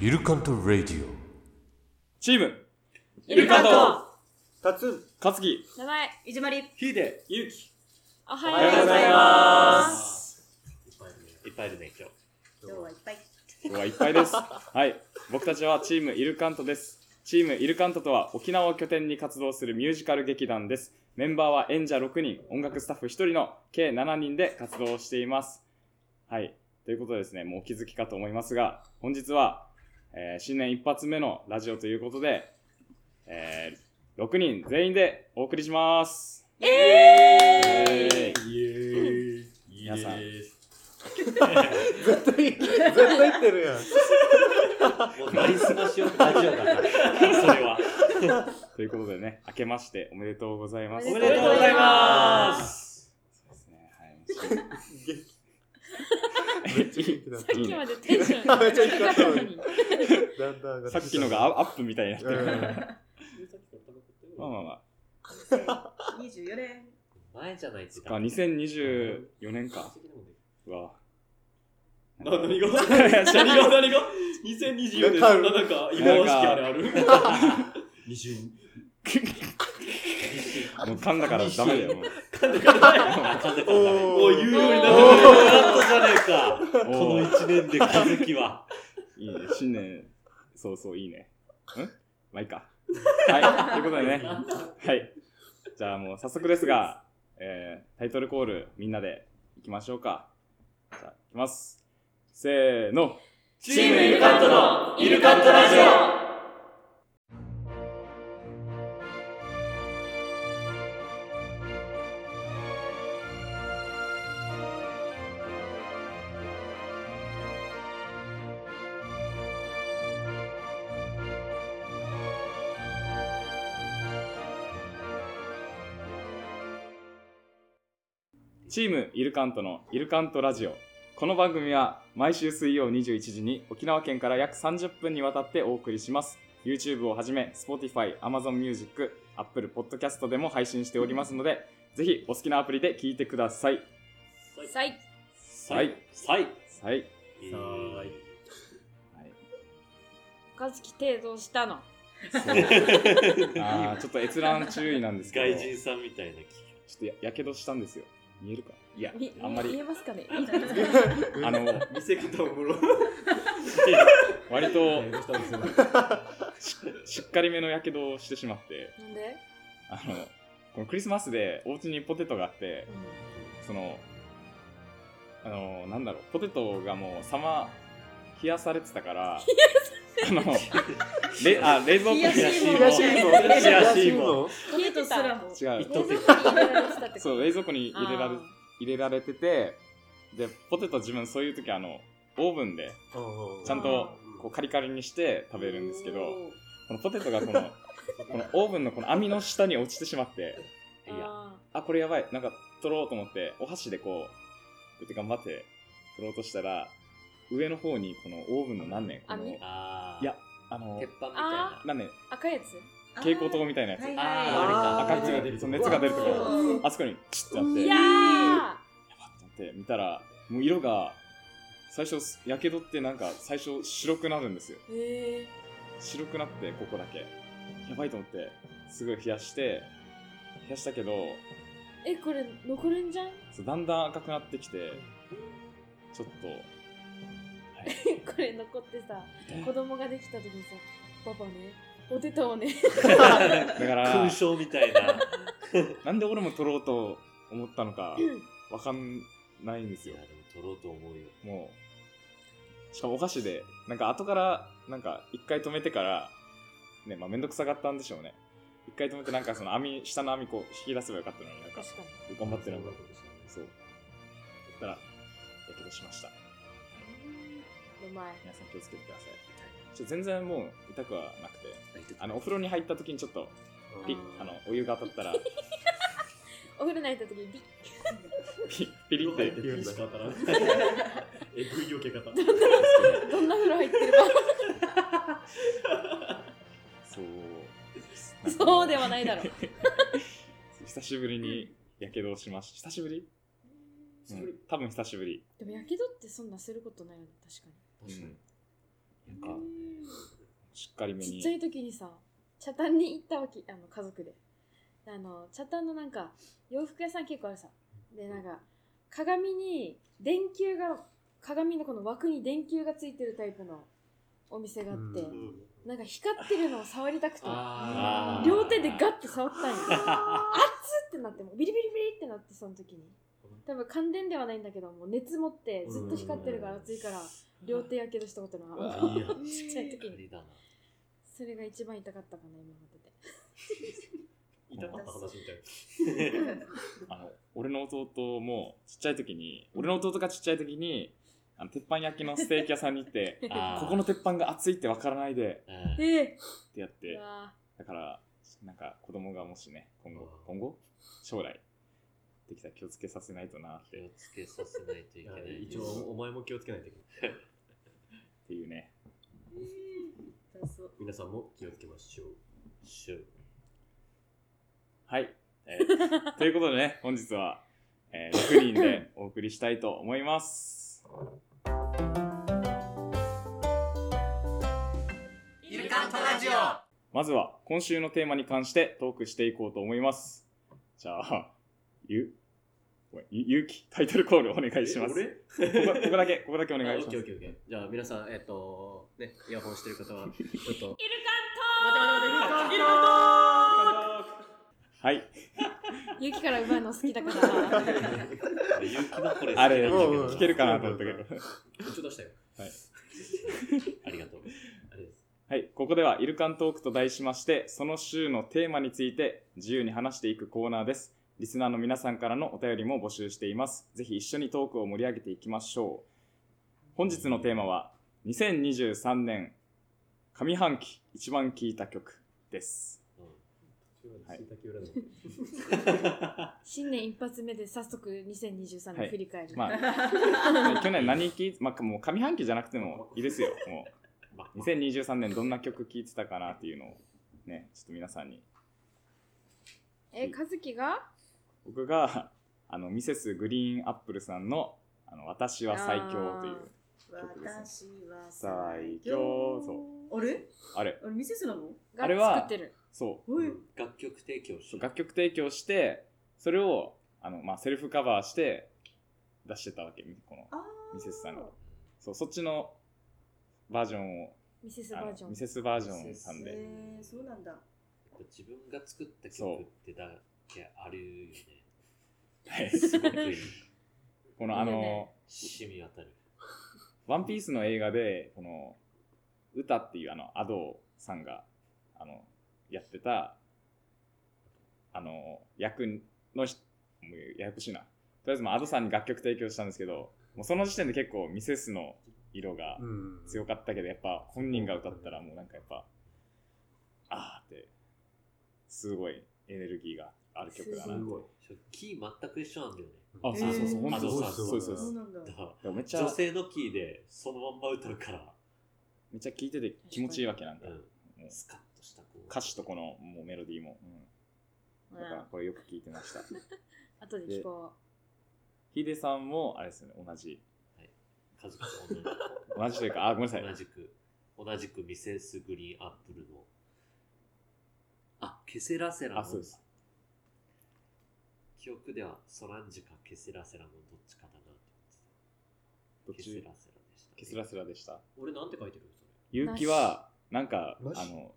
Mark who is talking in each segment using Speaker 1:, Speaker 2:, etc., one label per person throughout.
Speaker 1: イルカント・ラディ
Speaker 2: チーム、
Speaker 3: イルカント
Speaker 2: タツ、カツキ、
Speaker 3: 名前、いじまり。
Speaker 2: ヒーデ、ユウキ。
Speaker 3: お
Speaker 2: お
Speaker 3: は
Speaker 2: はよ
Speaker 3: よ
Speaker 2: う
Speaker 3: う
Speaker 2: ご
Speaker 3: ご
Speaker 2: ざ
Speaker 3: ざ
Speaker 2: い
Speaker 3: い
Speaker 2: ま
Speaker 3: ます。
Speaker 4: いっぱいいるね、今
Speaker 3: 今日はいっぱい。
Speaker 2: 今日はいっぱいです。はい。僕たちはチームイルカントです。チームイルカントとは沖縄を拠点に活動するミュージカル劇団です。メンバーは演者6人、音楽スタッフ1人の計7人で活動をしています。はい。ということでですね、もうお気づきかと思いますが、本日は、えー新年一発目のラジオということで、え6人全員でお送りします。
Speaker 3: え
Speaker 2: え
Speaker 4: 日。イエーイ。
Speaker 2: 皆さん
Speaker 5: 絶対、絶対言ってるやん。
Speaker 4: もうなりすましをラジオだから、それは。
Speaker 2: ーということでね、明けましておめでとうございます。
Speaker 3: お
Speaker 4: お
Speaker 3: め
Speaker 4: め
Speaker 3: で
Speaker 4: で
Speaker 3: と
Speaker 4: と
Speaker 3: うご
Speaker 4: うご
Speaker 3: ざ
Speaker 4: ざ
Speaker 3: い
Speaker 4: い
Speaker 3: ま
Speaker 4: ます。
Speaker 2: そうですね、はい。
Speaker 5: めっちゃ元気だった
Speaker 3: さっきまでテンション
Speaker 5: めっちゃ低かったの
Speaker 3: に
Speaker 5: に。だんだん上が
Speaker 2: さ
Speaker 5: て
Speaker 2: っ
Speaker 5: きた
Speaker 2: きのが。アアップみたいになって
Speaker 5: う
Speaker 2: る。
Speaker 5: ん。
Speaker 2: まあまあまあ。
Speaker 3: 24年。
Speaker 4: 前じゃないです
Speaker 2: あ、2024年か。うわ。
Speaker 6: な何が
Speaker 2: や知ら
Speaker 6: 何が何が ?2024 年そんななんか忌まわしきあれある
Speaker 2: もう噛んだからダメだよ。もう
Speaker 4: あ、風邪か
Speaker 5: おー
Speaker 6: おい言うように
Speaker 4: お
Speaker 6: なっ
Speaker 4: ー、
Speaker 6: て
Speaker 4: やっとじゃねえか。この1年で風邪きは。
Speaker 2: いいね。新年、そうそう、いいね。んまあいいか。はい。ということでね。はい。じゃあもう早速ですが、えー、タイトルコールみんなでいきましょうか。じゃあ、いきます。せーの。
Speaker 6: チームイルカントのイルカントラジオ
Speaker 2: チームイルカントのイルカントラジオこの番組は毎週水曜21時に沖縄県から約30分にわたってお送りします YouTube をはじめ Spotify、Amazon Music、Apple Podcast でも配信しておりますのでぜひお好きなアプリで聞いてください
Speaker 3: さい。
Speaker 2: は
Speaker 4: はいい。はい。
Speaker 2: はい
Speaker 4: はい。
Speaker 3: かずき手どうしたの
Speaker 2: あーちょっと閲覧注意なんですけど
Speaker 4: 外
Speaker 2: ちょ
Speaker 4: 人さんみたいな気
Speaker 2: っとややけどしたんですよ見えるかいや
Speaker 3: み
Speaker 2: あんま
Speaker 3: 言
Speaker 2: り
Speaker 3: えますかね
Speaker 2: あの
Speaker 6: 見せ方おもろ
Speaker 2: 割と
Speaker 4: がしたんですよ。
Speaker 2: しっかりめのやけどをしてしまって
Speaker 3: なんで
Speaker 2: あの、このクリスマスでお家にポテトがあって、その、あの、なんだろう、ポテトがもう、様、冷やされてたから、あの、れあ冷蔵庫
Speaker 3: 冷
Speaker 2: に
Speaker 3: やし
Speaker 4: い
Speaker 3: 芋
Speaker 4: も
Speaker 5: 冷やし芋
Speaker 4: 冷やし
Speaker 5: 芋
Speaker 4: 芋
Speaker 3: ポテトすらも。
Speaker 2: 違う、
Speaker 3: 冷蔵庫に入れられてたってこと
Speaker 2: そう、冷蔵庫に入れられ
Speaker 3: あー
Speaker 2: 入れられてて、で、ポテト自分そういう時あの、オーブンで、
Speaker 5: おうおう
Speaker 2: ちゃんとこうカリカリにして食べるんですけど、このポテトがこの、このオーブンのこの網の下に落ちてしまって、
Speaker 3: おー
Speaker 4: いや
Speaker 3: あ
Speaker 2: あ、これやばい。なんか、取ろうと思って、お箸でこう、こうやって頑張って、取ろうとしたら、上の方に、このオーブンの何年この
Speaker 3: 網、
Speaker 4: あー。
Speaker 2: いやあの
Speaker 4: 鉄、板みたいな。
Speaker 2: 何年
Speaker 3: ー赤いやつ
Speaker 2: 蛍光灯みたいなやつ。
Speaker 3: はい
Speaker 4: あー
Speaker 2: 赤
Speaker 4: あ
Speaker 2: く
Speaker 4: ー
Speaker 2: てそう熱が出るとこ
Speaker 3: う
Speaker 2: ろ。
Speaker 3: わ
Speaker 2: あそこに、チッてあって、
Speaker 3: い
Speaker 2: や
Speaker 3: や
Speaker 2: ば
Speaker 3: ー
Speaker 2: っと思って、見たら、もう色が、最初、やけどってなんか、最初、白くなるんですよ。
Speaker 3: え
Speaker 2: 白くなって、ここだけ。やばいと思って、すぐ冷やして、冷やしたけど、
Speaker 3: ーえ、これ残るんじゃん
Speaker 2: そうだんだん赤くなってきて、ちょっと、
Speaker 3: これ残ってさ、子供ができた時にさ、パパね、ポテトをね、
Speaker 2: だ から、
Speaker 4: 勲章みたいな。
Speaker 2: なんで俺も取ろうと思ったのかわかんないんです
Speaker 4: い
Speaker 2: よ
Speaker 4: や、でも取ろうと思うよ。
Speaker 2: もうしかもお菓子でなんか後からなんか一回止めてからねまあ面倒くさかったんでしょうね一回止めてなんかその網下の網こう引き出せばよかったのになんか
Speaker 3: 確かに。
Speaker 2: 頑張ってなんかそうだったらやけどしました
Speaker 3: うまい。
Speaker 2: 皆さん気をつけてくださいちょ全然もう痛くはなくてあ
Speaker 4: あ
Speaker 2: の
Speaker 4: の
Speaker 2: お風呂に入った時にちょっとピッあのお湯が当たったら
Speaker 3: お風呂に入った時にビッ
Speaker 2: ピッピリって
Speaker 6: ピンしか当た らんえぐいよけ方
Speaker 3: どんな風呂入ってるか
Speaker 2: そう
Speaker 3: そうではないだろう。
Speaker 2: 久しぶりにやけどをしました久しぶり、うん、多分久しぶり、
Speaker 3: でもやけどってそんなすることないよね、確かに。
Speaker 2: うんなんかしっかりめ
Speaker 3: ちっ
Speaker 2: に
Speaker 3: ちゃい時にさ茶炭に行ったわけあの家族であの茶炭のなんか洋服屋さん結構あるさでなんか鏡に電球が鏡のこの枠に電球がついてるタイプのお店があって、
Speaker 5: うん
Speaker 3: なんか光ってるのを触りたくて
Speaker 4: あー
Speaker 3: 両手でガッて触 ったんよ熱っってなってもうビリビリビリってなってその時に多分感電ではないんだけどもう熱持ってずっと光ってるから熱いから両手やけどしたことな
Speaker 4: うわ いいや
Speaker 3: ちっちゃい時に
Speaker 4: 光だな
Speaker 3: それが一番痛かったかな今までで
Speaker 6: 痛かった話みたい
Speaker 2: あの俺の弟もちっちゃい時に俺の弟がちっちゃい時にあの鉄板焼きのステーキ屋さんに行って
Speaker 4: あー
Speaker 2: ここの鉄板が熱いってわからないで
Speaker 4: うん
Speaker 3: え
Speaker 2: ってやっ
Speaker 3: え
Speaker 2: てだからなんか子供がもしね今後今後将来できたら気をつけさせないとなっ
Speaker 4: 気
Speaker 2: てっ
Speaker 4: をつけさせないといけ
Speaker 6: な
Speaker 4: ない
Speaker 6: 一応お前も気をつけないといけない
Speaker 2: ていうね
Speaker 3: そう
Speaker 6: 皆さんも気をつけましょう
Speaker 4: シュ
Speaker 2: はい、えー ということでね本日は、えー6人 でお送りしたいと思います
Speaker 1: イルカントラジオ
Speaker 2: まずは今週のテーマに関してトークしていこうと思います。じゃあ、ゆ、ごめんゆ、ゆうき、タイトルコールお願いします。こ
Speaker 6: え
Speaker 2: こここだけ、ここだけお
Speaker 6: 俺
Speaker 2: 願い
Speaker 6: あ
Speaker 2: し
Speaker 6: オッ
Speaker 2: ま
Speaker 6: ケー
Speaker 2: す
Speaker 6: オッ。ケーオッケーじゃあ皆さんえっとねイヤホンしてる方はちょ っと
Speaker 2: はい、
Speaker 3: ゆきから奪うの好きだからな
Speaker 4: 俺勇気のこれ
Speaker 2: あれ、
Speaker 5: もう
Speaker 2: 聞けるかなと思ったけど。
Speaker 6: 一応出したよ
Speaker 4: ありがとう
Speaker 6: あれです
Speaker 2: はい、ここではイルカントークと題しまして、その週のテーマについて自由に話していくコーナーです。リスナーの皆さんからのお便りも募集しています。ぜひ一緒にトークを盛り上げていきましょう。本日のテーマは、2023年上半期一番聴いた曲です。
Speaker 4: う
Speaker 2: はい
Speaker 6: 椎茸裏の
Speaker 3: 新年一発目で早速2023
Speaker 2: はい
Speaker 3: 年振り返る、
Speaker 2: まあ、去年何聴いて、まあ、もう上半期じゃなくてもいいですよ。も
Speaker 4: んまあ
Speaker 2: う、2023年どんな曲聴いてたかなっていうのを、ね、ちょっと皆さんに
Speaker 3: えかずきが
Speaker 2: 僕があのミセスグリーンアップルさんの「あの私は最強」という
Speaker 1: 私は
Speaker 2: 最強そう
Speaker 1: あれ
Speaker 2: あれ
Speaker 1: あれミセスなの
Speaker 2: あれ
Speaker 3: が
Speaker 2: は
Speaker 3: 作ってる
Speaker 2: そう
Speaker 1: おい
Speaker 4: ん楽曲提供し
Speaker 2: そう
Speaker 4: て
Speaker 2: 楽曲提供してそれをあの、まあ、セルフカバーして出してたわけこの
Speaker 1: あ
Speaker 2: ミセスさんがそうそっちのバージョンを
Speaker 3: ミセス
Speaker 2: あ
Speaker 3: バージョ
Speaker 2: の
Speaker 3: ン
Speaker 2: ミセスバージョンさん
Speaker 1: ー
Speaker 2: で
Speaker 1: へーそうなんだ
Speaker 4: 自分が作った
Speaker 2: そう
Speaker 4: 曲ってだけあるよね
Speaker 2: はい
Speaker 4: すごく
Speaker 2: このあ
Speaker 3: いい
Speaker 2: の
Speaker 3: よね
Speaker 4: 染み渡る
Speaker 2: ワンピースの映画で、この、歌っていうあの、アドさんが、あの、やってた、あの、役のし、もうややこしいな。とりあえず、まあ、アドさんに楽曲提供したんですけど、もうその時点で結構ミセスの色が
Speaker 5: うん
Speaker 2: 強かったけど、やっぱ本人が歌ったらもうなんかやっぱ、あーって、すごいエネルギーがある曲だな。
Speaker 3: す
Speaker 2: あ、
Speaker 6: ごい
Speaker 4: そうキー全く一緒なんだよね
Speaker 2: そうそうそう、
Speaker 1: へー
Speaker 2: 本当そう
Speaker 4: アドさん
Speaker 2: そうですそうで
Speaker 1: そう
Speaker 2: す。
Speaker 1: なんだ
Speaker 4: だか
Speaker 2: でもめっち
Speaker 4: ら
Speaker 2: ゃ、
Speaker 4: 女性のキーでそのまんま歌うから、
Speaker 2: めっちゃ聴いてて気持ちいいわけなんだ。
Speaker 4: うん
Speaker 2: もう
Speaker 4: スカッとしたこう
Speaker 2: 歌詞とこのもうメロディーも、うん、だからこれよく聞いてました
Speaker 3: 後で聞こ
Speaker 2: ヒデさんもあれですよね同じ
Speaker 4: 家族と 同じ
Speaker 2: 同じというかあごめんなさい
Speaker 4: 同じく、同じくミセスグリーンアップルの、あ、ケセラセラの、
Speaker 2: あそうです
Speaker 4: 記憶ではソランジかケセラセラのどっちかだなと
Speaker 2: ど
Speaker 4: 思
Speaker 2: っ
Speaker 4: ってた。ケセ
Speaker 2: ち
Speaker 4: ラセラでした、ね。
Speaker 2: ケスラスラでした
Speaker 6: 俺なんて書いてるそれ
Speaker 2: 結城はなんか
Speaker 5: なし
Speaker 2: あの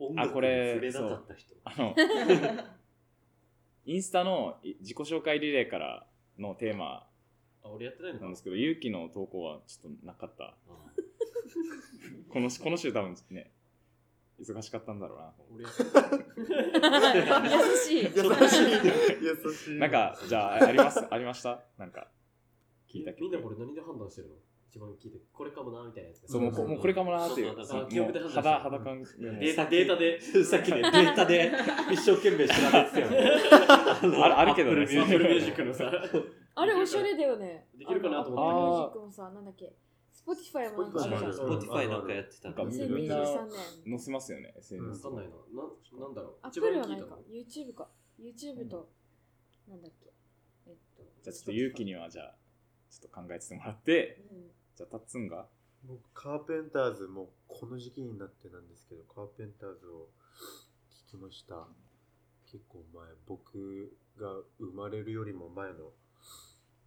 Speaker 4: 音楽
Speaker 2: あこれ
Speaker 4: に触れなかった人。
Speaker 2: あの インスタのい自己紹介リレーからのテーマ
Speaker 6: あ俺やってないのか
Speaker 2: なん
Speaker 6: な
Speaker 2: ですけど結城の投稿はちょっとなかった
Speaker 4: あ
Speaker 2: こ のこの週多分ね忙しかったんだろうな
Speaker 6: 俺やっ
Speaker 3: う優しい
Speaker 5: 優しい優しい
Speaker 2: なんかじゃあありますありましたなんか 聞いた
Speaker 6: みんな
Speaker 2: 曲
Speaker 6: これ何で判断してるの一番聞いてこれかもなみたいなやつ
Speaker 2: そうもうこもうこれかもなーっていう
Speaker 4: そう
Speaker 2: そ
Speaker 4: そう
Speaker 2: も
Speaker 4: うそうう
Speaker 6: 記憶で話して
Speaker 2: 肌肌感でもう
Speaker 6: データデータで
Speaker 4: さっきね、データで一生懸命調べてたよね。の
Speaker 2: あるあるけどね
Speaker 4: Apple
Speaker 6: アップルミュー
Speaker 4: Music
Speaker 6: ジックのさ
Speaker 3: あれおしゃれだよね
Speaker 6: できるかなと
Speaker 2: 思ったけど
Speaker 3: あの Apple Music もさなんだっけ Spotify もなんかあるじゃん
Speaker 5: う Spotify ん
Speaker 4: Spotify なんかやってたの
Speaker 2: なんかみんな
Speaker 3: 2023
Speaker 2: 載
Speaker 3: 年
Speaker 2: せますよね SNS
Speaker 6: わかんないな。ななんだろう。
Speaker 3: アップルは
Speaker 6: 聞
Speaker 3: ないい
Speaker 6: た
Speaker 3: か YouTube か YouTube と、なんだっけえっと
Speaker 2: じゃあちょっと勇気にはじゃあちょっと考えててもらって
Speaker 3: うん
Speaker 2: じゃあタッツンが
Speaker 5: 僕カーペンターズもこの時期になってなんですけどカーペンターズを聞きました結構前僕が生まれるよりも前の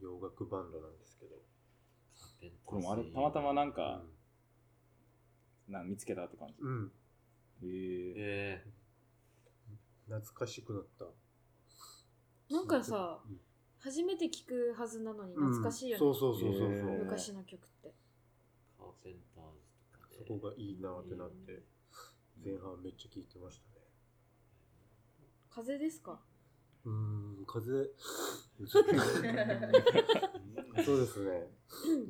Speaker 5: 洋楽バンドなんですけど、
Speaker 2: これもあれたまたまなん
Speaker 5: う
Speaker 2: か、な見つけたって感じ。
Speaker 5: ん、うん、
Speaker 2: へえ
Speaker 4: え
Speaker 5: 懐かしくなった
Speaker 3: なんかさ
Speaker 5: うん
Speaker 3: 初めて聞くはずなのに懐かしいよね、
Speaker 5: そうそうそうそうそう、
Speaker 2: へー
Speaker 3: 昔の曲って
Speaker 4: ー、カーペンターズとかで。
Speaker 5: そこがいいなってなって前半めっちゃ聞いてましたね
Speaker 3: 風ですか
Speaker 5: うーん 風ずっとそうですね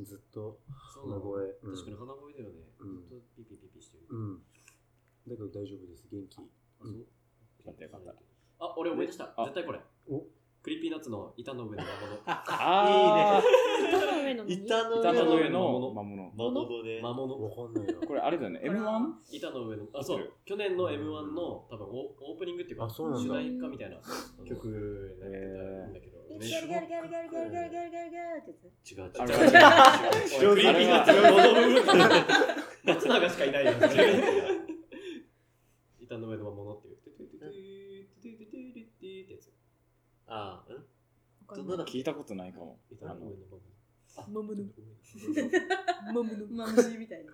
Speaker 5: ずっと
Speaker 6: そう
Speaker 5: 鼻
Speaker 6: なの
Speaker 5: 声うん
Speaker 6: 確かに鼻声だよね。
Speaker 5: う
Speaker 6: ず
Speaker 5: ん
Speaker 6: っとピピピピしてる。
Speaker 5: うんだけど大丈夫です元気
Speaker 6: あそう
Speaker 2: よかったよかった。
Speaker 6: あ、俺思い出した。
Speaker 2: あ
Speaker 6: 絶対これ。
Speaker 5: お
Speaker 6: クリーピーナッツの板の上の魔
Speaker 2: あ
Speaker 3: 板の上の何
Speaker 4: 板の
Speaker 2: ー、板の上
Speaker 4: 上の
Speaker 2: の魔物。
Speaker 4: 魔物で。
Speaker 6: 物。魔物。
Speaker 5: わかんないよ
Speaker 2: これあれだよね、M1?
Speaker 6: 板の上の、あ、
Speaker 2: 知っ
Speaker 6: そ
Speaker 2: て
Speaker 6: う
Speaker 2: る、
Speaker 6: 去年の M1 の多分オオープニングっていうか、
Speaker 5: あそうなんだ
Speaker 6: 主題歌みたいな曲になってたんだけど、
Speaker 1: ギ
Speaker 6: めっ
Speaker 1: ャルギャルギャルギャルギャルギャルギャルギャルギャルってやつ
Speaker 4: 違う違う違う。
Speaker 2: あれ
Speaker 4: 違う
Speaker 6: ちゃ
Speaker 2: 違う
Speaker 6: クリーピーナッツの物部分。松永しかいないよ。板の上の魔物っていう。ててててててててててってやつ。
Speaker 4: あー、うん
Speaker 3: わか
Speaker 4: ど
Speaker 3: ん
Speaker 4: ん
Speaker 3: な
Speaker 4: ないだっ
Speaker 2: 聞い
Speaker 4: け
Speaker 2: たことないかも。
Speaker 6: 板
Speaker 2: あ
Speaker 6: の
Speaker 2: の
Speaker 6: 上の魔
Speaker 3: マ
Speaker 6: 物。
Speaker 3: ムヌマムヌ
Speaker 1: マムシみたいな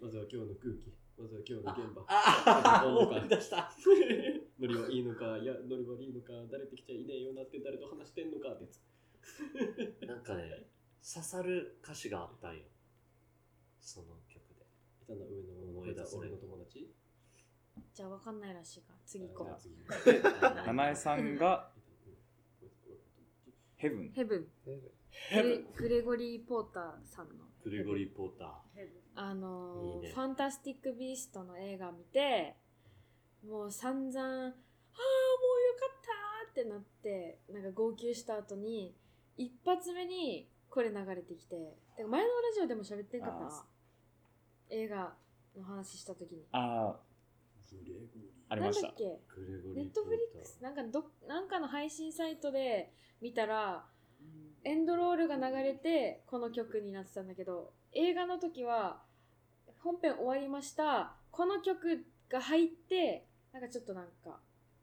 Speaker 6: まずは今日の空気、まずは今日の現場。
Speaker 4: あー、思い出した。
Speaker 6: ノリはいいのか、いや、ノリはいいのか、誰ってきちゃいねえよなって誰と話してんのかってや つ。
Speaker 4: なんかね、刺さる歌詞があったんよ。その曲で。
Speaker 6: 板の上の魔物
Speaker 4: 思い出すね
Speaker 6: 俺の友達。
Speaker 3: じゃあわかんないらしいから次行こ
Speaker 6: じゃあ
Speaker 3: う
Speaker 6: 次
Speaker 2: 七重さんがヘブン。ヘ
Speaker 3: ヘブング
Speaker 2: ブ
Speaker 3: レ
Speaker 2: ン。
Speaker 3: グレゴリー・ポーターさんの
Speaker 4: グレゴリー・ポーター。
Speaker 3: あのー
Speaker 4: いいね
Speaker 3: ファンタスティック・ビーストの映画見てもう散々「ああもうよかった!」ってなってなんか号泣した後に一発目にこれ流れてきててか前のラジオでも喋ってんかった
Speaker 2: あー
Speaker 3: な映画の話した時に
Speaker 2: ああ、あり
Speaker 3: な
Speaker 2: ま
Speaker 3: ん
Speaker 2: し
Speaker 3: だ
Speaker 2: た
Speaker 3: っ。け
Speaker 4: グレゴ
Speaker 3: ネ
Speaker 4: リ
Speaker 3: ッ
Speaker 4: ー・ポ
Speaker 3: ト
Speaker 4: ー
Speaker 3: フリ
Speaker 4: タ
Speaker 3: ッ
Speaker 4: ー
Speaker 3: ク。スなんかどなんかの配信サイトで見たらエンドロールが流れてこの曲になってたんだけど映画の時は本編終わりましたこの曲が入ってなんかちょっとなんか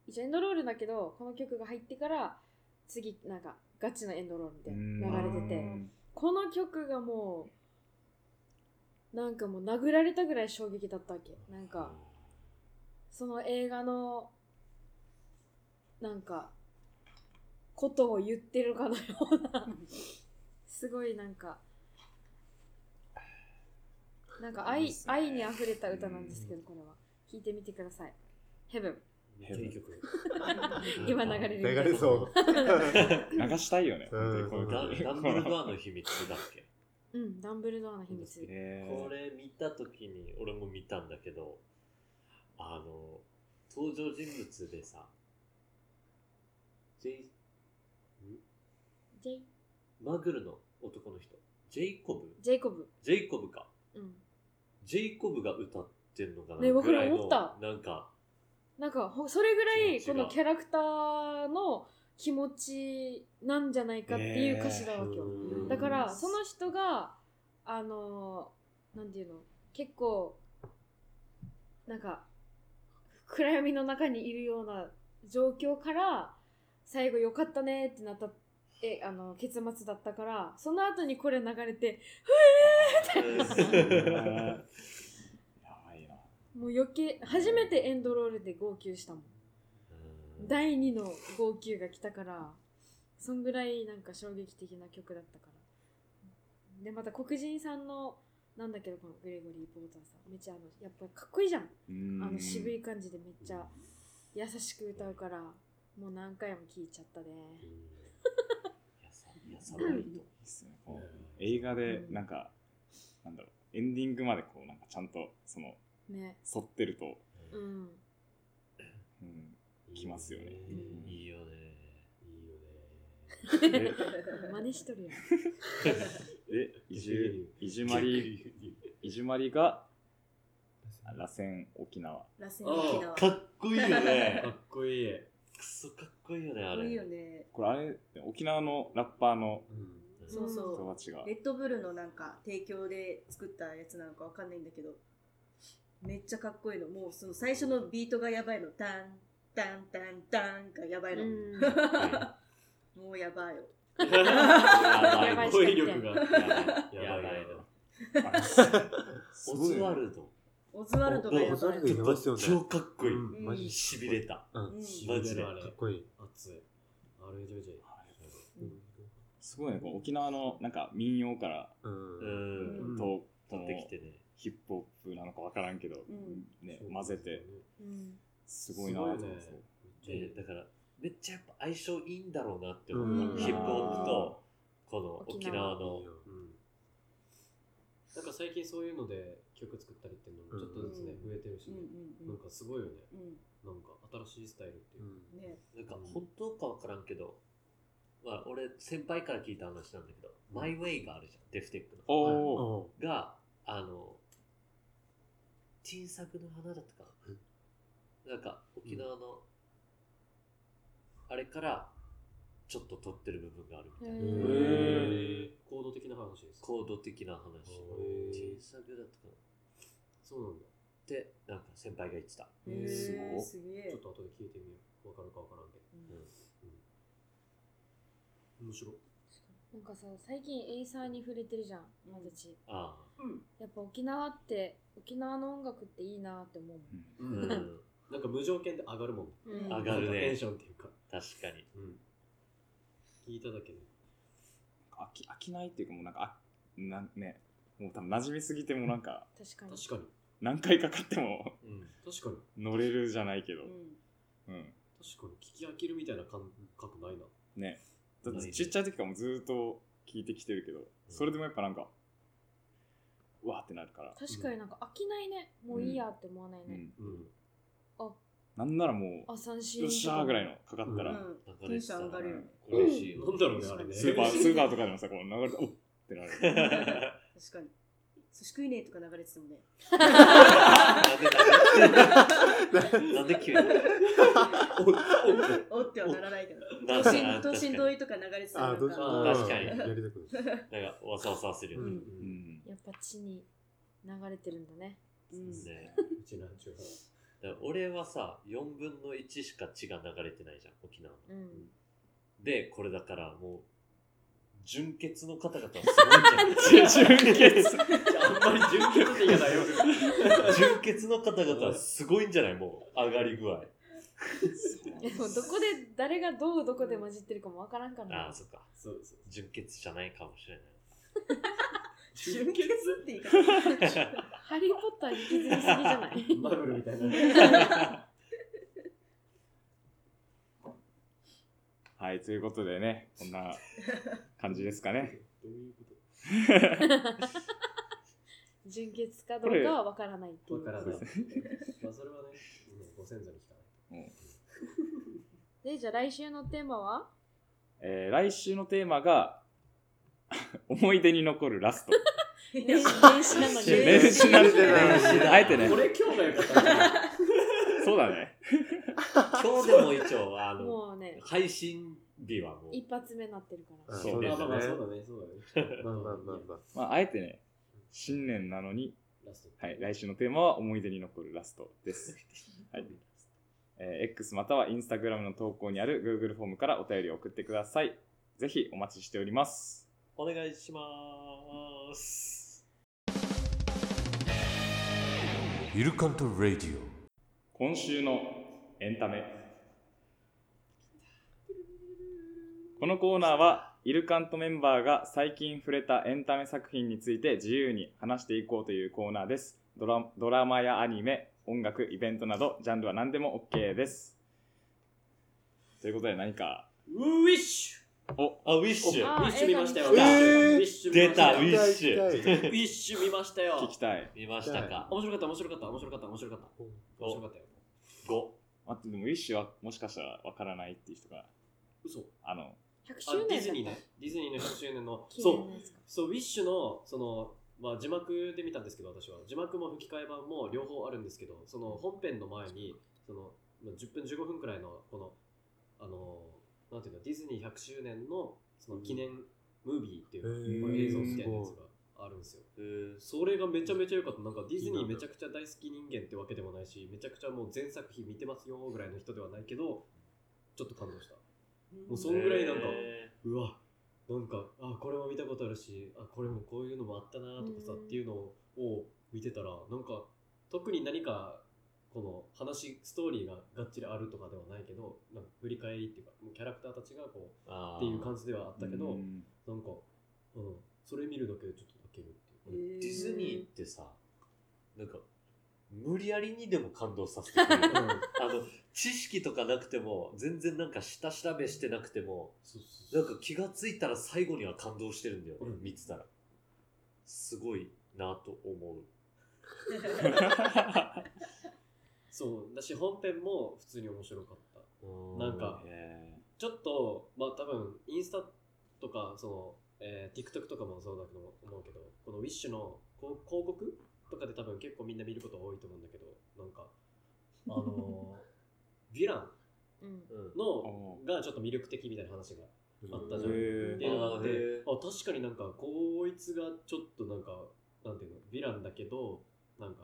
Speaker 3: 一応エンドロールだけどこの曲が入ってから次なんかガチのエンドロールみたいな流れて
Speaker 2: う
Speaker 3: て
Speaker 2: ん
Speaker 3: この曲がもうなんかもう殴られたぐらい衝撃だったわけなんか。その映画のなんかことを言ってるかのよう なすごいなんかなんか
Speaker 2: いい
Speaker 3: 愛
Speaker 2: っすね
Speaker 3: 愛にあふれた歌なんですけどこれは聞いてみてください「ヘブン
Speaker 4: めっちゃいい曲。
Speaker 3: 今流れる
Speaker 5: 流れそう
Speaker 2: 流したいよね。
Speaker 5: うん
Speaker 2: 本
Speaker 4: ダ
Speaker 2: 当にこういう時
Speaker 4: ダンブルドアの秘密だっけ」
Speaker 3: うん「ダンブルドアの秘密」
Speaker 2: へー
Speaker 4: これ見たときに、俺も見たんだけど、あの、登場人物でさ、ジェイ、
Speaker 3: ジェイ
Speaker 4: マグルの男の人、ジェイコブ
Speaker 3: ジェイコブ、
Speaker 4: ジェイコブか。
Speaker 3: うん、
Speaker 4: ジェイコブが歌ってんのかな
Speaker 3: ね僕
Speaker 4: ぐらいの
Speaker 3: 思った
Speaker 4: なんか、
Speaker 3: なんかほそれぐらい
Speaker 4: 気
Speaker 3: こ
Speaker 4: 持ちが
Speaker 3: のキャラクターの気持ちなんじゃないかっていう歌詞なわけよ、
Speaker 5: うん
Speaker 3: だか
Speaker 4: う
Speaker 3: ら
Speaker 4: ん
Speaker 3: その人があのーなんていうの結構なんか暗闇の中にいるような状況から最後よかったねってなったえあの結末だったからその後にこれ流れて
Speaker 2: やばいな。
Speaker 3: もう余計初めてエンドロールで号泣したもん
Speaker 4: うん
Speaker 3: 第2の号泣が来たからそんぐらいなんか衝撃的な曲だったからでまた黒人さんのなんだけどこのグレゴリー・ポーターさんめっちゃあのやっぱりかっこいいじゃん
Speaker 2: うん
Speaker 3: あの渋い感じでめっちゃ優しく歌うからもう何回も聴いちゃったね
Speaker 4: やさやさないと。
Speaker 2: ですねこう映画でなんか、なんだろうエンディングまでこうなんかちゃんとその
Speaker 3: ね
Speaker 2: 沿ってると、
Speaker 3: うん
Speaker 2: うん、きますよね
Speaker 4: いいよね。
Speaker 6: いいよね。
Speaker 2: え
Speaker 3: 真似しとるよ
Speaker 2: えいじゅいじまりいじまりがあ螺旋沖縄
Speaker 1: 螺旋沖縄
Speaker 4: か
Speaker 1: かっ
Speaker 4: っこいいよね
Speaker 6: か。っこいい。
Speaker 4: くそかっこいいよね、あ
Speaker 1: こ
Speaker 4: れ。
Speaker 1: いいよね
Speaker 2: これあれ沖縄のラッパーの
Speaker 5: うん
Speaker 4: うんね。
Speaker 1: そう
Speaker 2: 人
Speaker 1: そ
Speaker 2: たちが
Speaker 1: う。レッドブルのなんか提供で作ったやつなのかわかんないんだけど、めっちゃかっこいいの。もうその最初のビートがやばいの。タン、タン、タン、タンがやばいの。
Speaker 3: うん
Speaker 4: は
Speaker 1: もうやばいよ。
Speaker 4: や ばい。
Speaker 6: 語彙力が。
Speaker 4: やばい。やばいな。
Speaker 5: す
Speaker 4: オ
Speaker 5: ご
Speaker 4: ズ
Speaker 5: い
Speaker 4: ワルド。
Speaker 1: オズワルドがや
Speaker 5: オズワ
Speaker 1: ば
Speaker 5: ル
Speaker 1: い
Speaker 5: ド。やばいっすよね
Speaker 4: 超かっこいい。
Speaker 5: うんマジで
Speaker 4: しびれた。
Speaker 5: うん
Speaker 1: うん
Speaker 4: マジで
Speaker 6: あれ
Speaker 5: かっこいい
Speaker 6: 熱い。あれめちゃめちゃいい。
Speaker 2: すごいね、こう沖縄のなんか民謡から
Speaker 5: う
Speaker 4: うんん。
Speaker 5: うん
Speaker 2: と、こ
Speaker 4: 取
Speaker 2: の
Speaker 4: ってきてね。
Speaker 2: ヒップホップなのかわからんけど、
Speaker 1: うん
Speaker 2: ね
Speaker 6: そう、
Speaker 2: 混ぜて、。
Speaker 3: うん
Speaker 2: すごいなと
Speaker 6: すご
Speaker 2: 思っ
Speaker 6: いね
Speaker 2: て。
Speaker 4: でだから、めっちゃやっぱ相性いいんだろうなって思
Speaker 1: う
Speaker 4: うんヒップホップと、この沖
Speaker 3: 沖
Speaker 4: 縄
Speaker 3: 縄
Speaker 4: の。
Speaker 6: うんなんか最近そういうので曲作ったりっていうのもちょっとずつね、
Speaker 1: うん
Speaker 6: 増えてるし
Speaker 1: うん
Speaker 6: ね、
Speaker 1: うんう
Speaker 6: なん
Speaker 1: ん
Speaker 6: かすごいよね。
Speaker 1: う
Speaker 6: なんか新しいスタイルってい
Speaker 5: う
Speaker 6: うか。
Speaker 5: ん
Speaker 1: ん。ね。
Speaker 4: なんか本当かわからんけど、まあ俺、先輩から聞いた話なんだけど、マイウェイがあるじゃん、デフテックの。
Speaker 2: おお、
Speaker 5: おう
Speaker 4: が、あの、小さくの花だったかな。なんか、沖縄の、あれから、ちょっと取ってる部分があるみたいな。
Speaker 5: へ
Speaker 6: 行動的な話です。
Speaker 4: コード的な話。
Speaker 6: へー
Speaker 4: 小さくだったかな。っ
Speaker 6: そうなんだ。
Speaker 4: て、なんか先輩が言ってた。
Speaker 1: へ
Speaker 6: うん
Speaker 1: ーすげ
Speaker 6: ち
Speaker 1: え
Speaker 6: ょっ。と後で聞いてみよう。わかるかわからんけど。面白い。
Speaker 3: なんかさ最近エイサーに触れてるじゃん私
Speaker 4: あ
Speaker 1: うん。
Speaker 3: やっぱ沖縄って沖縄の音楽っていいなって思うもん
Speaker 4: あ。うん。
Speaker 6: なんか無条件で上がるもん。
Speaker 1: うん
Speaker 4: 上がるね
Speaker 6: テンションっていうか。
Speaker 4: 確かに。
Speaker 6: うん。聞いただけで。
Speaker 2: 飽き飽きないっていうか、もうなんか、あなんね、もう多分馴染みすぎてもなんか、
Speaker 3: 確かに
Speaker 6: 確かに。
Speaker 2: 何回かかっても
Speaker 4: うん。
Speaker 6: 確かに。
Speaker 2: 乗れるじゃないけど
Speaker 1: う、ん。
Speaker 2: うん。
Speaker 6: 確かに。聞き飽きるみたいな感覚ないな。
Speaker 2: ね。だっ
Speaker 4: ない
Speaker 2: て
Speaker 4: ね
Speaker 2: ちっちゃい時からもうずっと聞いてきてるけど、それでもやっぱなんか、うわーってなるから。
Speaker 3: 確かになんか飽きないねもういいやって思わないうね、
Speaker 2: ん。
Speaker 6: うん。
Speaker 2: なんならも
Speaker 3: あ三
Speaker 2: う、
Speaker 3: 振
Speaker 2: よっしゃーぐらいのかかった
Speaker 1: う
Speaker 2: ら、
Speaker 1: ん。
Speaker 4: 流れてた
Speaker 1: テンション上が
Speaker 4: ら
Speaker 1: るよね
Speaker 4: 嬉しいよ。
Speaker 6: なんだろうね、あれね。
Speaker 2: スーパー、スーパーとかでもさ、こう流れて、おっってなる。
Speaker 1: 確かに。寿司食いねえとか流れててもね。
Speaker 4: なんで急に
Speaker 1: おってはならないけど。
Speaker 4: なん
Speaker 1: 都
Speaker 4: かあ
Speaker 1: 心
Speaker 4: 確
Speaker 1: 都
Speaker 4: か
Speaker 1: 心
Speaker 4: に
Speaker 1: 同意とか流れてた
Speaker 5: あ
Speaker 1: ら
Speaker 5: ー
Speaker 1: な
Speaker 5: ど
Speaker 1: ん
Speaker 5: うした
Speaker 4: あー
Speaker 1: か
Speaker 4: 確かに
Speaker 5: やりたくなる
Speaker 4: なんかわさわさするよ
Speaker 5: う
Speaker 4: ね。
Speaker 5: ん
Speaker 2: う。ん。
Speaker 3: やっぱ地に流れてるんだね
Speaker 1: うん
Speaker 4: ね
Speaker 6: うちなんちゅう
Speaker 4: だから俺はさ、4分の1しか血が流れてないじゃん、沖縄の。
Speaker 3: うん
Speaker 4: で、これだからもう、純血の方々はすごいじゃん。
Speaker 2: 純潔
Speaker 6: あんまり純潔って嫌だよ。
Speaker 4: 純血の方々はすごいんじゃないもう、上がり具合。
Speaker 3: でもどこで誰がどうどこで混じってるかもわからんから
Speaker 4: あ
Speaker 3: な
Speaker 4: あ、そっか。
Speaker 6: そうそう。
Speaker 4: 純血じゃないかもしれない。
Speaker 1: 純潔って言い方。
Speaker 3: ハリー・ポッターに引きずりすぎじゃない
Speaker 6: マブルみたいな。
Speaker 2: はい、ということでね、こんな 感じですかね。
Speaker 6: どういうこ
Speaker 3: 純潔かどうかはわからないって
Speaker 6: と
Speaker 3: い
Speaker 6: わ
Speaker 3: う
Speaker 6: からない。まあそれはね、ご先祖に聞かない。
Speaker 3: でじゃあ来週のテーマは
Speaker 2: えー、来週のテーマが、思い出に残るラスト。
Speaker 3: 年始なのに
Speaker 1: 年始
Speaker 2: なの
Speaker 5: 年始だ
Speaker 2: にあえてね
Speaker 6: こ、れ今日のやり方。
Speaker 2: そうだね。
Speaker 4: 今日でも一応、あの、
Speaker 3: もうね
Speaker 4: 配信日はもう、
Speaker 3: 一発目になってるから
Speaker 5: あ
Speaker 2: そう
Speaker 5: で
Speaker 6: まあ
Speaker 5: す
Speaker 6: まあまあ、そう
Speaker 5: ね
Speaker 6: だね、そうだね。
Speaker 5: まあまあまあまあ
Speaker 2: まあ、あえてね、新年なのに、
Speaker 6: ラスト。
Speaker 2: はい、来週のテーマは思い出に残るラストです。はいえー X または Instagram の投稿にある Google フォームからお便りを送ってください。ぜひお待ちしております。
Speaker 4: お願いします。
Speaker 7: イルカント・ラディオ
Speaker 2: 今週のエンタメこのコーナーはイルカントメンバーが最近触れたエンタメ作品について自由に話していこうというコーナーですドラドラマやアニメ音楽イベントなどジャンルは何でも OK ですということで何か
Speaker 6: ウィッシ
Speaker 2: お
Speaker 4: あ、ウィッシ
Speaker 6: ュウ
Speaker 4: ュ
Speaker 3: あ
Speaker 6: ィッシュ見ましたよ。
Speaker 5: 映画見た
Speaker 6: ウィッシュ見ました
Speaker 4: 出た
Speaker 6: よ
Speaker 4: ウィッシュ
Speaker 5: 痛い痛い
Speaker 6: ウィッシュ見ましたよ
Speaker 2: 聞。きたい
Speaker 4: 見ましたか
Speaker 6: 面白かった、面白かった、面白かった、面白かった。面白かったよ。
Speaker 4: ?5。
Speaker 2: 待ってでもウィッシュはもしかしたらわからないっていう人が
Speaker 6: 嘘。
Speaker 2: あの
Speaker 3: 100
Speaker 6: あ
Speaker 3: 周年
Speaker 6: デ
Speaker 3: だ
Speaker 6: ィズニー
Speaker 3: っ
Speaker 6: ね。ディズニーの100周年の。
Speaker 3: た
Speaker 6: そう
Speaker 3: う。ですか
Speaker 6: そう、ウィッシュの、その、まあ、字幕で見たんですけど、私は。字幕も吹き替え版も両方あるんですけど、その本編の前に、その、まあ10分、15分くらいの、この、あの、なんていうの、ディズニー100周年の、その記念ムービーってい
Speaker 5: へ
Speaker 6: う
Speaker 5: ー
Speaker 6: こう映像みたいなやつがあるんですよ。それがめちゃめちゃ良かった。なんかディズニーめちゃくちゃ大好き人間ってわけでもないし、めちゃくちゃもう全作品見てますよぐらいの人ではないけど、ちょっと感動した。もうそんぐらいなんか、うわ、なんか、あ、これも見たことあるし、あ、これもこういうのもあったなとかさ、
Speaker 3: うん
Speaker 6: っていうのを見てたら、なんか、特に何か、この話、ストーリーががっちりあるとかではないけど、なんか振り返りっていうか、もうキャラクターたちがこう、
Speaker 4: っ
Speaker 6: っていう感じではあったけど、
Speaker 2: うん
Speaker 6: なんか、うん、それ見るだけでちょっと泣けるっていう。
Speaker 4: ディズニーってさ、なんか、無理やりにでも感動させてくれる。
Speaker 6: う ん
Speaker 4: あの、知識とかなくても、全然なんか下調べしてなくても、
Speaker 6: そうそう
Speaker 4: な
Speaker 6: そ
Speaker 4: ん
Speaker 6: う
Speaker 4: か気がついたら最後には感動してるんだよね、
Speaker 6: うん
Speaker 4: 見てたら。すごいなと思う。
Speaker 6: そうだし本編も普通に面白かった
Speaker 4: う
Speaker 6: なんか
Speaker 4: ね
Speaker 6: ちょっとまあ多分インスタとかその、えー TikTok とかもそうだと思うけどこのウィッシュのこう広告とかで多分結構みんな見ること多いと思うんだけどなんかあのーヴィラン
Speaker 3: うん
Speaker 4: うん
Speaker 6: のがちょっと魅力的みたいな話があったじゃん
Speaker 2: へ
Speaker 6: っ
Speaker 2: ー
Speaker 6: ていうのがあって
Speaker 4: あーへ
Speaker 6: あ確かになんかこいつがちょっとなんかなんていうのヴィランだけどなんか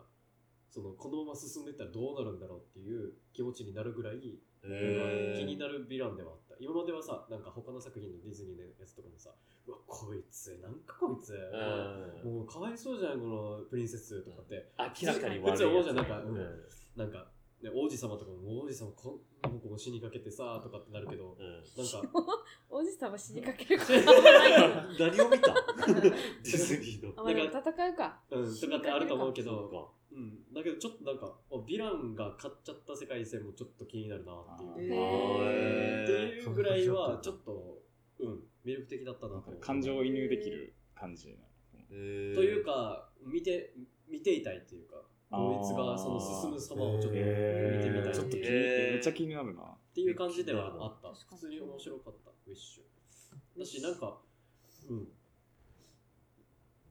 Speaker 6: そのこのまま進んでったらどうなるんだろうっていう気持ちになるぐらい
Speaker 4: へー
Speaker 6: 気になるヴィランではあった今まではさなんか他の作品のディズニーのやつとかもさうわこいつなんかこいつ
Speaker 4: うん
Speaker 6: もうかわいそうじゃんこのプリンセスとかって
Speaker 4: 明らかに悪い
Speaker 6: 普通王
Speaker 4: やつ
Speaker 6: 者なんかうん
Speaker 4: う
Speaker 6: なんか、ね、王子様とかも王子様こんもうこう死にかけてさとかってなるけど
Speaker 4: うん
Speaker 6: なんか
Speaker 3: 王子様死にかけるから。
Speaker 4: 何を見た ディズニーの。
Speaker 3: あ、まあ、でも戦うか。
Speaker 6: うん、とかってあると思うけ
Speaker 4: そ
Speaker 6: ど
Speaker 4: うか
Speaker 6: うん、だけどちょっとなんかあヴィランが勝っちゃった世界線もちょっと気になるなっていう。
Speaker 1: へ
Speaker 6: っ
Speaker 4: ー
Speaker 6: ていうぐらいはちょっと、うん、魅力的だったなと思う
Speaker 2: 感情を移入できる感じ
Speaker 4: と
Speaker 6: とい
Speaker 4: いう
Speaker 6: か見て見ていたいっていうか
Speaker 2: あー
Speaker 6: こいつがその進む様をちょっと見てみたい
Speaker 2: ちょっと気に、
Speaker 4: えー
Speaker 2: めっちゃ気になるな
Speaker 6: っていう感じではあった
Speaker 3: 確か
Speaker 6: 普
Speaker 3: に
Speaker 6: 通に面白かったウィッシュだしなんかうん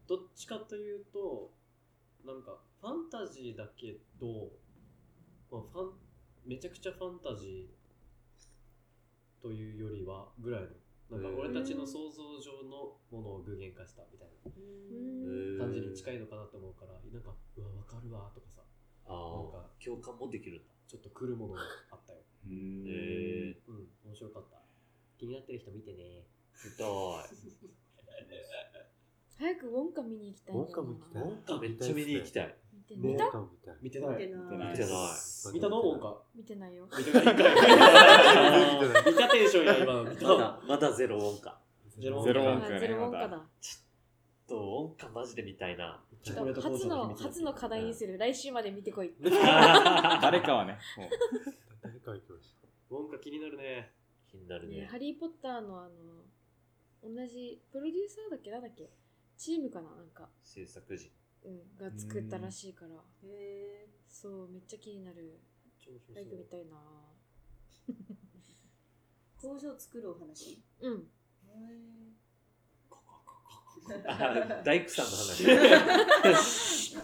Speaker 6: どっちかというとなんかファンタジーだけど、まあ、ファンめちゃくちゃファンタジーというよりはぐらいのなんか俺たちの想像上のものを具現化したみたいな感じに近
Speaker 4: い。
Speaker 6: いのかなと思うからなんかうわわかるわとかさ
Speaker 4: あ
Speaker 6: なん
Speaker 4: ー
Speaker 6: か
Speaker 4: 共感もできるんだ。
Speaker 6: ちょっと来るものがあったよ
Speaker 2: うん
Speaker 4: え
Speaker 6: うん面白かった気になってる人見て ね
Speaker 4: ー、見たい。
Speaker 3: 早くウォンカ見に行きたい
Speaker 5: ウ
Speaker 3: ん
Speaker 5: ォ
Speaker 3: だ
Speaker 5: ン
Speaker 3: よ
Speaker 5: カ
Speaker 3: な。
Speaker 5: も行きたい。
Speaker 4: あめっちゃ見に行き
Speaker 5: い。
Speaker 4: たい。
Speaker 3: 見て
Speaker 5: ウォ
Speaker 3: 見
Speaker 5: ン
Speaker 3: た
Speaker 5: カも見たい。
Speaker 6: 見てない
Speaker 1: 見てない
Speaker 4: 見てない。
Speaker 6: 見たのウォンカ
Speaker 3: 見てないよ。
Speaker 6: 見てないんかい見たテンションや今の見た
Speaker 4: まだ、まだゼロ音か。
Speaker 6: ゼロ
Speaker 2: ゼロウォン
Speaker 3: あ
Speaker 2: カね
Speaker 3: ゼロウォンカだ。
Speaker 4: と音かマジで見たいな。
Speaker 6: チョコレート工
Speaker 3: 初
Speaker 6: 場
Speaker 3: の
Speaker 6: 秘密
Speaker 3: 初の課題にする。来週まで見てこい。
Speaker 2: 誰かはねもう
Speaker 5: 誰か行きまし
Speaker 6: ウォンカ気になるね
Speaker 4: 気になる
Speaker 3: ね
Speaker 4: ね。
Speaker 3: ハリー・ポッターのあの、同じプロデューサーだっけなんだっけチームかななんか。
Speaker 4: 制作時。
Speaker 3: うん。が作ったらしいから。
Speaker 1: へ
Speaker 3: そう、めっちゃ気になる。早く見たいな。
Speaker 1: ー工場作るお話。
Speaker 3: うん。
Speaker 1: へー
Speaker 4: あ大工さんの話。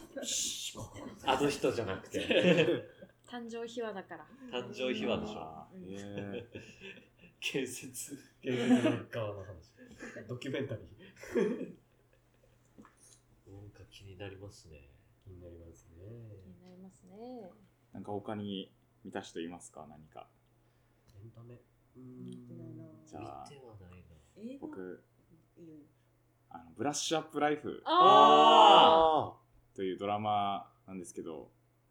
Speaker 4: あの人じゃなくて。
Speaker 3: 誕生秘話だから。
Speaker 4: 誕生秘話でしょ。
Speaker 2: あーへー
Speaker 4: 建設。
Speaker 6: ゲームの側の話ドキュメンタリー
Speaker 4: 音か気になりますね。
Speaker 6: 気になりますね
Speaker 3: 気になりますね。
Speaker 2: なんか他に見た人いますか何か
Speaker 6: エンタメうー
Speaker 1: 見てないなん
Speaker 2: じゃ
Speaker 4: 見ては
Speaker 2: あ
Speaker 4: ないな。
Speaker 1: 映画
Speaker 2: 僕
Speaker 1: いいよ
Speaker 2: あのブラッシュアップライフ
Speaker 3: あ
Speaker 5: あ
Speaker 2: というドラマなんですけど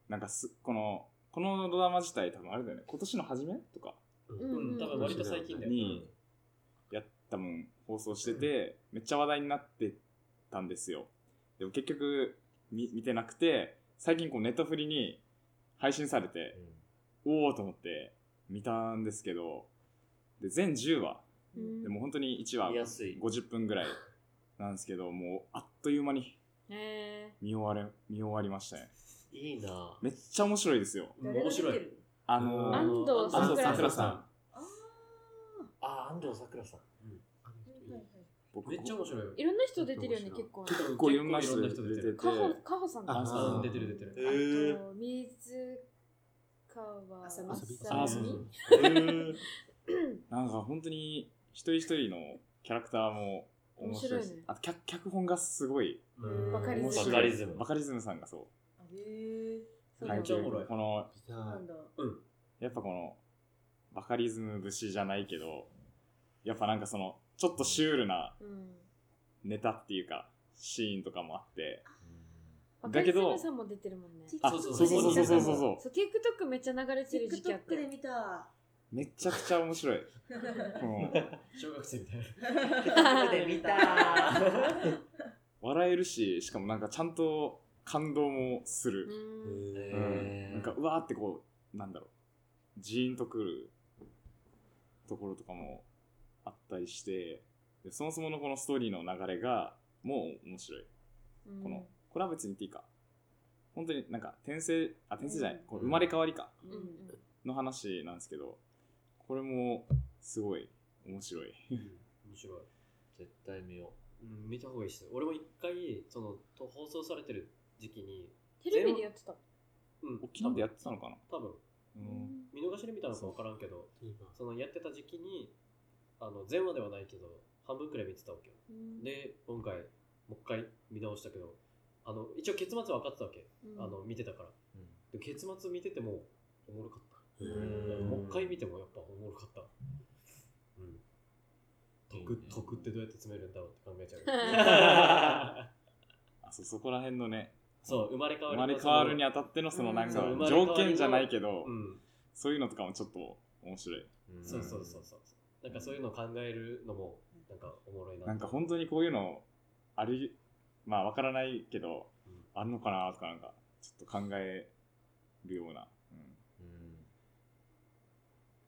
Speaker 2: なんかすこのこのドラマ自体多分あれだよね今年の初めとか
Speaker 3: うん
Speaker 6: うん多分割と最近だよ
Speaker 2: にやったもん放送してて、めっちゃ話題になってたんですよでも結局見見てなくて最近こうネットフリに配信されておおと思って見たんですけどで全10話
Speaker 3: ーうん
Speaker 2: でも本当に1
Speaker 4: うん
Speaker 2: 話
Speaker 4: 見やすい。
Speaker 2: 50分ぐらいなんですけどもうあっという間に
Speaker 3: ね
Speaker 2: 見終われ見終わりましたね
Speaker 4: いいな。
Speaker 2: めっちゃ面白いですよ
Speaker 1: 誰が
Speaker 6: 面
Speaker 1: 出て
Speaker 6: 白い
Speaker 1: る
Speaker 2: あの
Speaker 3: 安
Speaker 2: ー、
Speaker 3: 藤
Speaker 2: 安藤サ
Speaker 3: サ
Speaker 2: ク
Speaker 3: ク
Speaker 2: ラ
Speaker 3: ラ
Speaker 2: さ
Speaker 3: さ
Speaker 2: ん
Speaker 1: あ
Speaker 4: あ、安藤サクラさん。
Speaker 5: あ。
Speaker 1: ーはいはいはい
Speaker 2: 僕
Speaker 6: めっちゃ面白いよ
Speaker 3: え。いろんな人出てるよね、結構。
Speaker 2: 結構いろんな人
Speaker 6: 結
Speaker 2: 出
Speaker 6: 構いろんな
Speaker 2: て
Speaker 6: 人出て
Speaker 2: て
Speaker 6: る
Speaker 3: カホ、カホさんとか
Speaker 5: あ
Speaker 3: さ。
Speaker 6: うん出てる出て
Speaker 3: あ
Speaker 6: る
Speaker 4: え
Speaker 3: と、水川あ
Speaker 1: あ
Speaker 3: さ
Speaker 1: さ
Speaker 3: み
Speaker 1: み
Speaker 2: あ
Speaker 3: あ
Speaker 2: そ
Speaker 3: さ
Speaker 2: う
Speaker 3: み
Speaker 2: そうなんか本当に一人一人のキャラクターも
Speaker 3: 面白いね
Speaker 2: ですあと脚脚本がすごい
Speaker 3: うんバカリ
Speaker 2: 面
Speaker 3: ズム
Speaker 2: 白い
Speaker 4: バカリズム
Speaker 2: バカリズムさんがそ
Speaker 1: へ
Speaker 2: う
Speaker 6: めっちゃおもろい
Speaker 2: この
Speaker 5: 見た
Speaker 1: ーないんだ。
Speaker 6: うん
Speaker 2: やっぱこのバカリズム節じゃないけどやっぱなんかそのちょっとシュールな
Speaker 3: うん
Speaker 2: ネタっていうかシーンとかもあって
Speaker 3: 若
Speaker 2: だけ
Speaker 3: い
Speaker 2: ど
Speaker 3: 娘さんも出てるもんね
Speaker 2: あ
Speaker 4: そ
Speaker 2: そうう
Speaker 4: そう
Speaker 2: そうそうそうそうそう
Speaker 3: そう TikTok めっちゃ流れてる時期あった
Speaker 1: TikTok で
Speaker 3: よ
Speaker 1: 見た。
Speaker 2: めちゃくちゃ面白 いうん
Speaker 6: 小学生みたいな。
Speaker 4: TikTok で見たー
Speaker 2: 笑えるししかもなんかちゃんと感動もす
Speaker 3: う
Speaker 2: る、
Speaker 3: ん
Speaker 4: へ
Speaker 2: うん
Speaker 4: ー
Speaker 2: なんかうわーってこうなんだろうジーンとくるところとかもあったりしてでそもそものこのストーリーの流れがもう面白い
Speaker 3: うん
Speaker 2: このこれは別に言っていいか本当になんか転生あ転生じゃない、
Speaker 3: うん
Speaker 2: こう生まれ変わりか
Speaker 3: うんうん
Speaker 2: の話なんですけどこれもすごい面白い
Speaker 6: 面白い。
Speaker 4: 絶対見よ
Speaker 6: うん、見た方がいいです。俺も一回、その、と放送されてる時期に、
Speaker 3: テレビでやってた
Speaker 6: うん、
Speaker 2: 沖縄でやってたのかな
Speaker 6: 多分、
Speaker 2: うん
Speaker 6: 見逃しで見たのか分からんけど、
Speaker 5: いわ
Speaker 6: そのやってた時期に、あの、全話ではないけど、半分くらい見てたわけよ。
Speaker 3: うん
Speaker 6: で、今回、もう一回見直したけど、あの、一応結末は分かってたわけ。
Speaker 3: うん
Speaker 6: あの、見てたから。
Speaker 4: う。
Speaker 6: で結末見てても、おもろかった。
Speaker 5: へ
Speaker 4: ー
Speaker 6: もう一回見てもやっぱおもろかった。うん。得、得ってどうやって詰めるんだろうって考えちゃう。
Speaker 2: あそそこら辺のね
Speaker 6: そう、生まれ変
Speaker 2: 生
Speaker 6: わり
Speaker 2: ま
Speaker 6: の
Speaker 2: れ変わるにあたってのそのなんか
Speaker 6: うんそう
Speaker 2: 条件じゃないけど、
Speaker 6: うん。
Speaker 2: そういうのとかもちょっと面白い。
Speaker 4: うん
Speaker 6: そうそうそうそう。なんかそういうのを考えるのも、なんかおもろいな。
Speaker 2: なんか本当にこういうのあり、まあわからないけど、
Speaker 6: うん
Speaker 2: あるのかなとかなんか、ちょっと考えるような、うん、
Speaker 4: うん。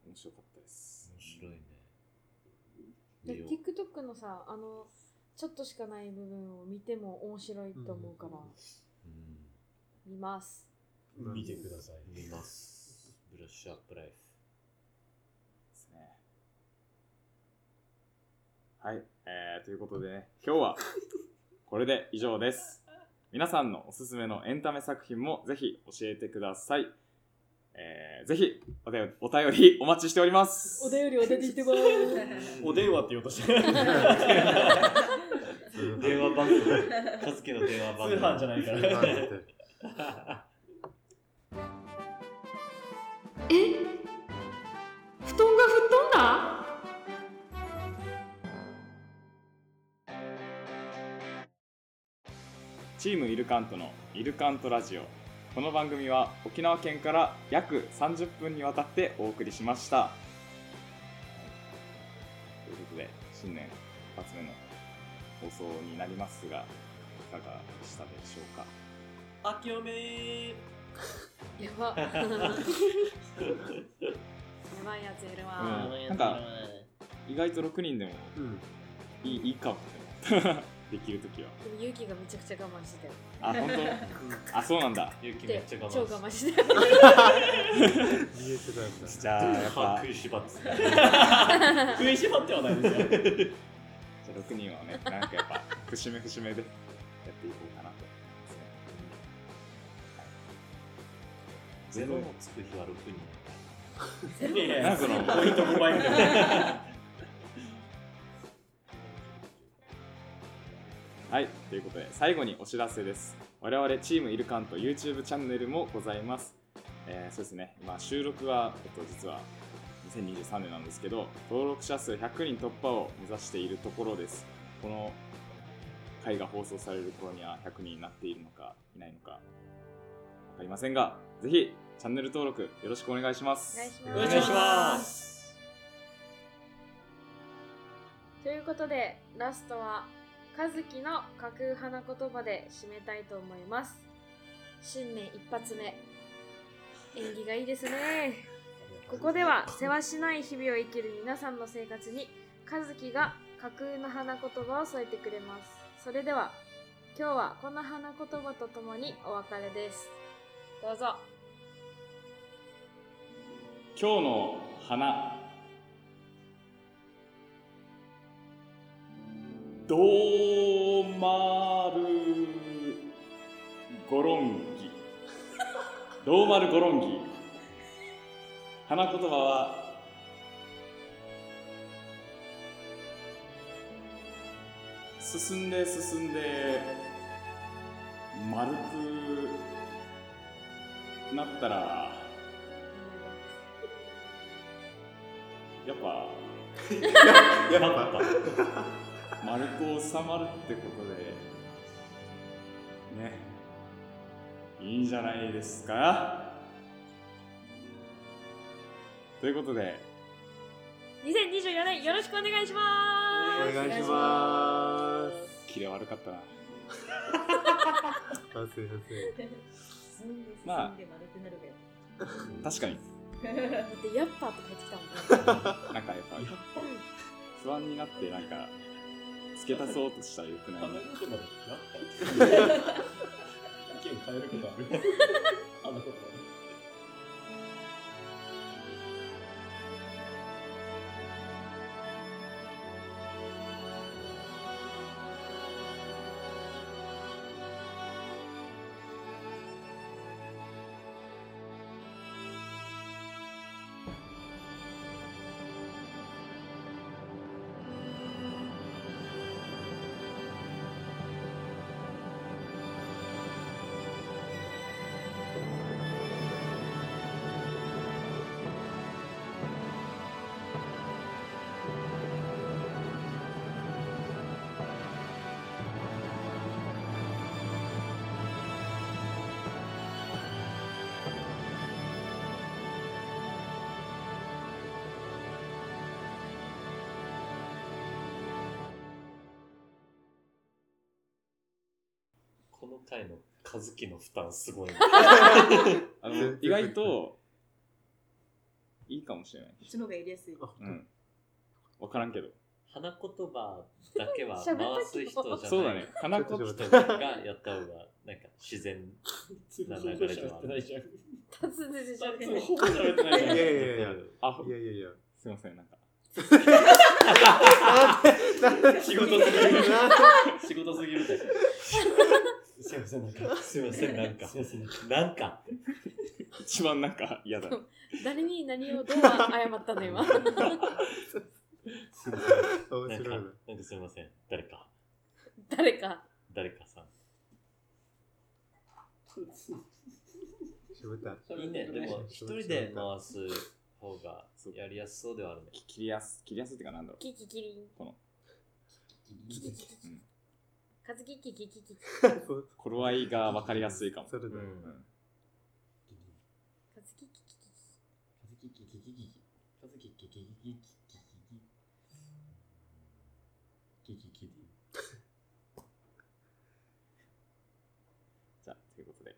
Speaker 2: 面白かったです。
Speaker 4: 面白いね。
Speaker 3: で
Speaker 4: 見よう
Speaker 3: TikTok のさあのちょっとしかない部分を見ても面白いと思うから、
Speaker 4: うん
Speaker 3: 見ます
Speaker 6: 見てください。
Speaker 4: 見ます。ブラッシュアップライ
Speaker 2: ですね。はい、えー、ということでね、今日はこれで以上です。皆さんのおすすめのエンタメ作品もぜひ教えてください。えー、ぜひお便りお便りお待ちしております。
Speaker 3: お便りお出てきてます
Speaker 4: フ。
Speaker 6: お電話って言おうとしてる。通
Speaker 4: 電話番 号。カズキの電話番号。
Speaker 6: 販じゃないか
Speaker 5: ー
Speaker 6: ら。
Speaker 5: なんて
Speaker 3: え布団が吹っ飛んだ
Speaker 2: チームイルカントのイルカントラジオこの番組は沖縄県から約30分にわたってお送りしましたはいということで新年一発目の放送になりますがいかがでしたでしょうか
Speaker 6: あきおめー。
Speaker 3: や ばやばいやついる
Speaker 2: う
Speaker 3: わ、
Speaker 2: んなんか意外と6人でも
Speaker 5: うん
Speaker 2: いいいいかもって思った できるときは
Speaker 3: でも勇気がめちゃくちゃ我慢してたよ
Speaker 2: あ本当あそうなんだ
Speaker 4: 勇気め
Speaker 3: で
Speaker 4: っちゃ我慢
Speaker 3: 超
Speaker 4: して
Speaker 3: 我慢してたよ
Speaker 5: 見えてたんだ
Speaker 2: じゃあやっ
Speaker 4: 歯
Speaker 2: ぱ
Speaker 4: 食いし ばってた。
Speaker 6: 食いしばってはないですよ。
Speaker 2: じゃあ6人はね、なんかやっぱ、節目節目でやっていこうかなと思いますね。
Speaker 4: ゼロのつく日は6人。
Speaker 6: いやい
Speaker 2: なんか
Speaker 6: や、
Speaker 2: その
Speaker 6: ポイント5倍くらい。
Speaker 2: はい、ということで、最後にお知らせです。我々チームイルカンと YouTube チャンネルもございます。えーそうですね、今収録は、えっと、実は2023年なんですけど、登録者数100人突破を目指しているところです。この回が放送される頃には100人になっているのか、いないのか、わかりませんが、ぜひチャンネル登録よろしくお願いします。
Speaker 3: お願いします
Speaker 6: お願いします。
Speaker 3: ということでラストは和樹の架空花言葉で締めたいと思います新年一発目演技がいいですねここでは世話しない日々を生きる皆さんの生活に和樹が架空の花言葉を添えてくれますそれでは今日はこの花言葉とともにお別れですどうぞ
Speaker 2: 今日の花どーまるごろんぎどーまるごろんぎ花言葉は進んで進んで丸くなったらやっぱ
Speaker 5: やっぱ
Speaker 2: 丸く収まるってことでねいいんじゃないですかということで
Speaker 3: 2024年よろしくお願いしま
Speaker 5: お
Speaker 3: す
Speaker 5: 願いしま
Speaker 2: キレ悪かったな
Speaker 5: す。すいません。
Speaker 1: 進んで進んで
Speaker 2: まあ
Speaker 1: 丸くなるべ
Speaker 2: 確かに
Speaker 1: よ。
Speaker 3: だっ てやっぱって帰ってきたもん、ね、
Speaker 2: なんかやっぱ不安になってなんか付け足そうとしたらよくない
Speaker 6: 考え
Speaker 2: ね
Speaker 6: 事までやっぱり意見変えることあるあんなことある
Speaker 4: この回の和樹の負担すごいね。
Speaker 2: あの意外といいかもしれない、
Speaker 1: こっちの方がやりやすい。
Speaker 2: うん、分からんけど
Speaker 4: 花言葉だけは
Speaker 3: 喋
Speaker 4: 回
Speaker 3: ったけど
Speaker 4: す人じゃない
Speaker 2: そうだね花
Speaker 5: ち
Speaker 2: 子
Speaker 5: ょっと待って
Speaker 4: 人がやった方がなんか自然
Speaker 6: 全然
Speaker 4: な
Speaker 6: 喋
Speaker 4: 流れでは
Speaker 6: っ
Speaker 4: あ
Speaker 6: て
Speaker 4: る
Speaker 6: ないじゃん
Speaker 3: 立つでしょ
Speaker 6: 全 然ほぼ喋ってない
Speaker 5: い
Speaker 6: じゃ
Speaker 5: やい
Speaker 6: ん
Speaker 5: やいやいや。
Speaker 2: あ
Speaker 5: いやいやいや。
Speaker 2: すいませんなんか
Speaker 6: 仕事すぎる仕事すぎる
Speaker 4: すいませんなんか すいませんなんか
Speaker 6: すいません
Speaker 4: なんか
Speaker 2: 一番なんか嫌だね
Speaker 3: 誰に何をどう謝ったの 今
Speaker 4: すいませ
Speaker 5: 面
Speaker 4: んなんか
Speaker 5: 白い
Speaker 4: なんかすいません誰か
Speaker 3: 誰か
Speaker 4: 誰かさん
Speaker 5: な。しまった。
Speaker 4: いいねでも一人で回す方がやりやすそうではあるね
Speaker 2: 切りやす切りやすいっていうかなんだろ
Speaker 3: キキキリンキキキキ
Speaker 2: う、うん、
Speaker 3: カズキキキキキ
Speaker 5: そう
Speaker 2: 頃合いが分かりやすいかも
Speaker 5: それだ
Speaker 4: う
Speaker 5: ね。
Speaker 4: ん
Speaker 3: カズキキキキ
Speaker 2: じゃあということで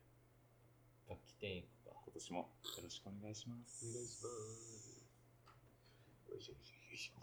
Speaker 4: 楽器店行くか
Speaker 2: 今年もよろしくお願いします
Speaker 5: お願いします。よいしょよいしょよいしょ。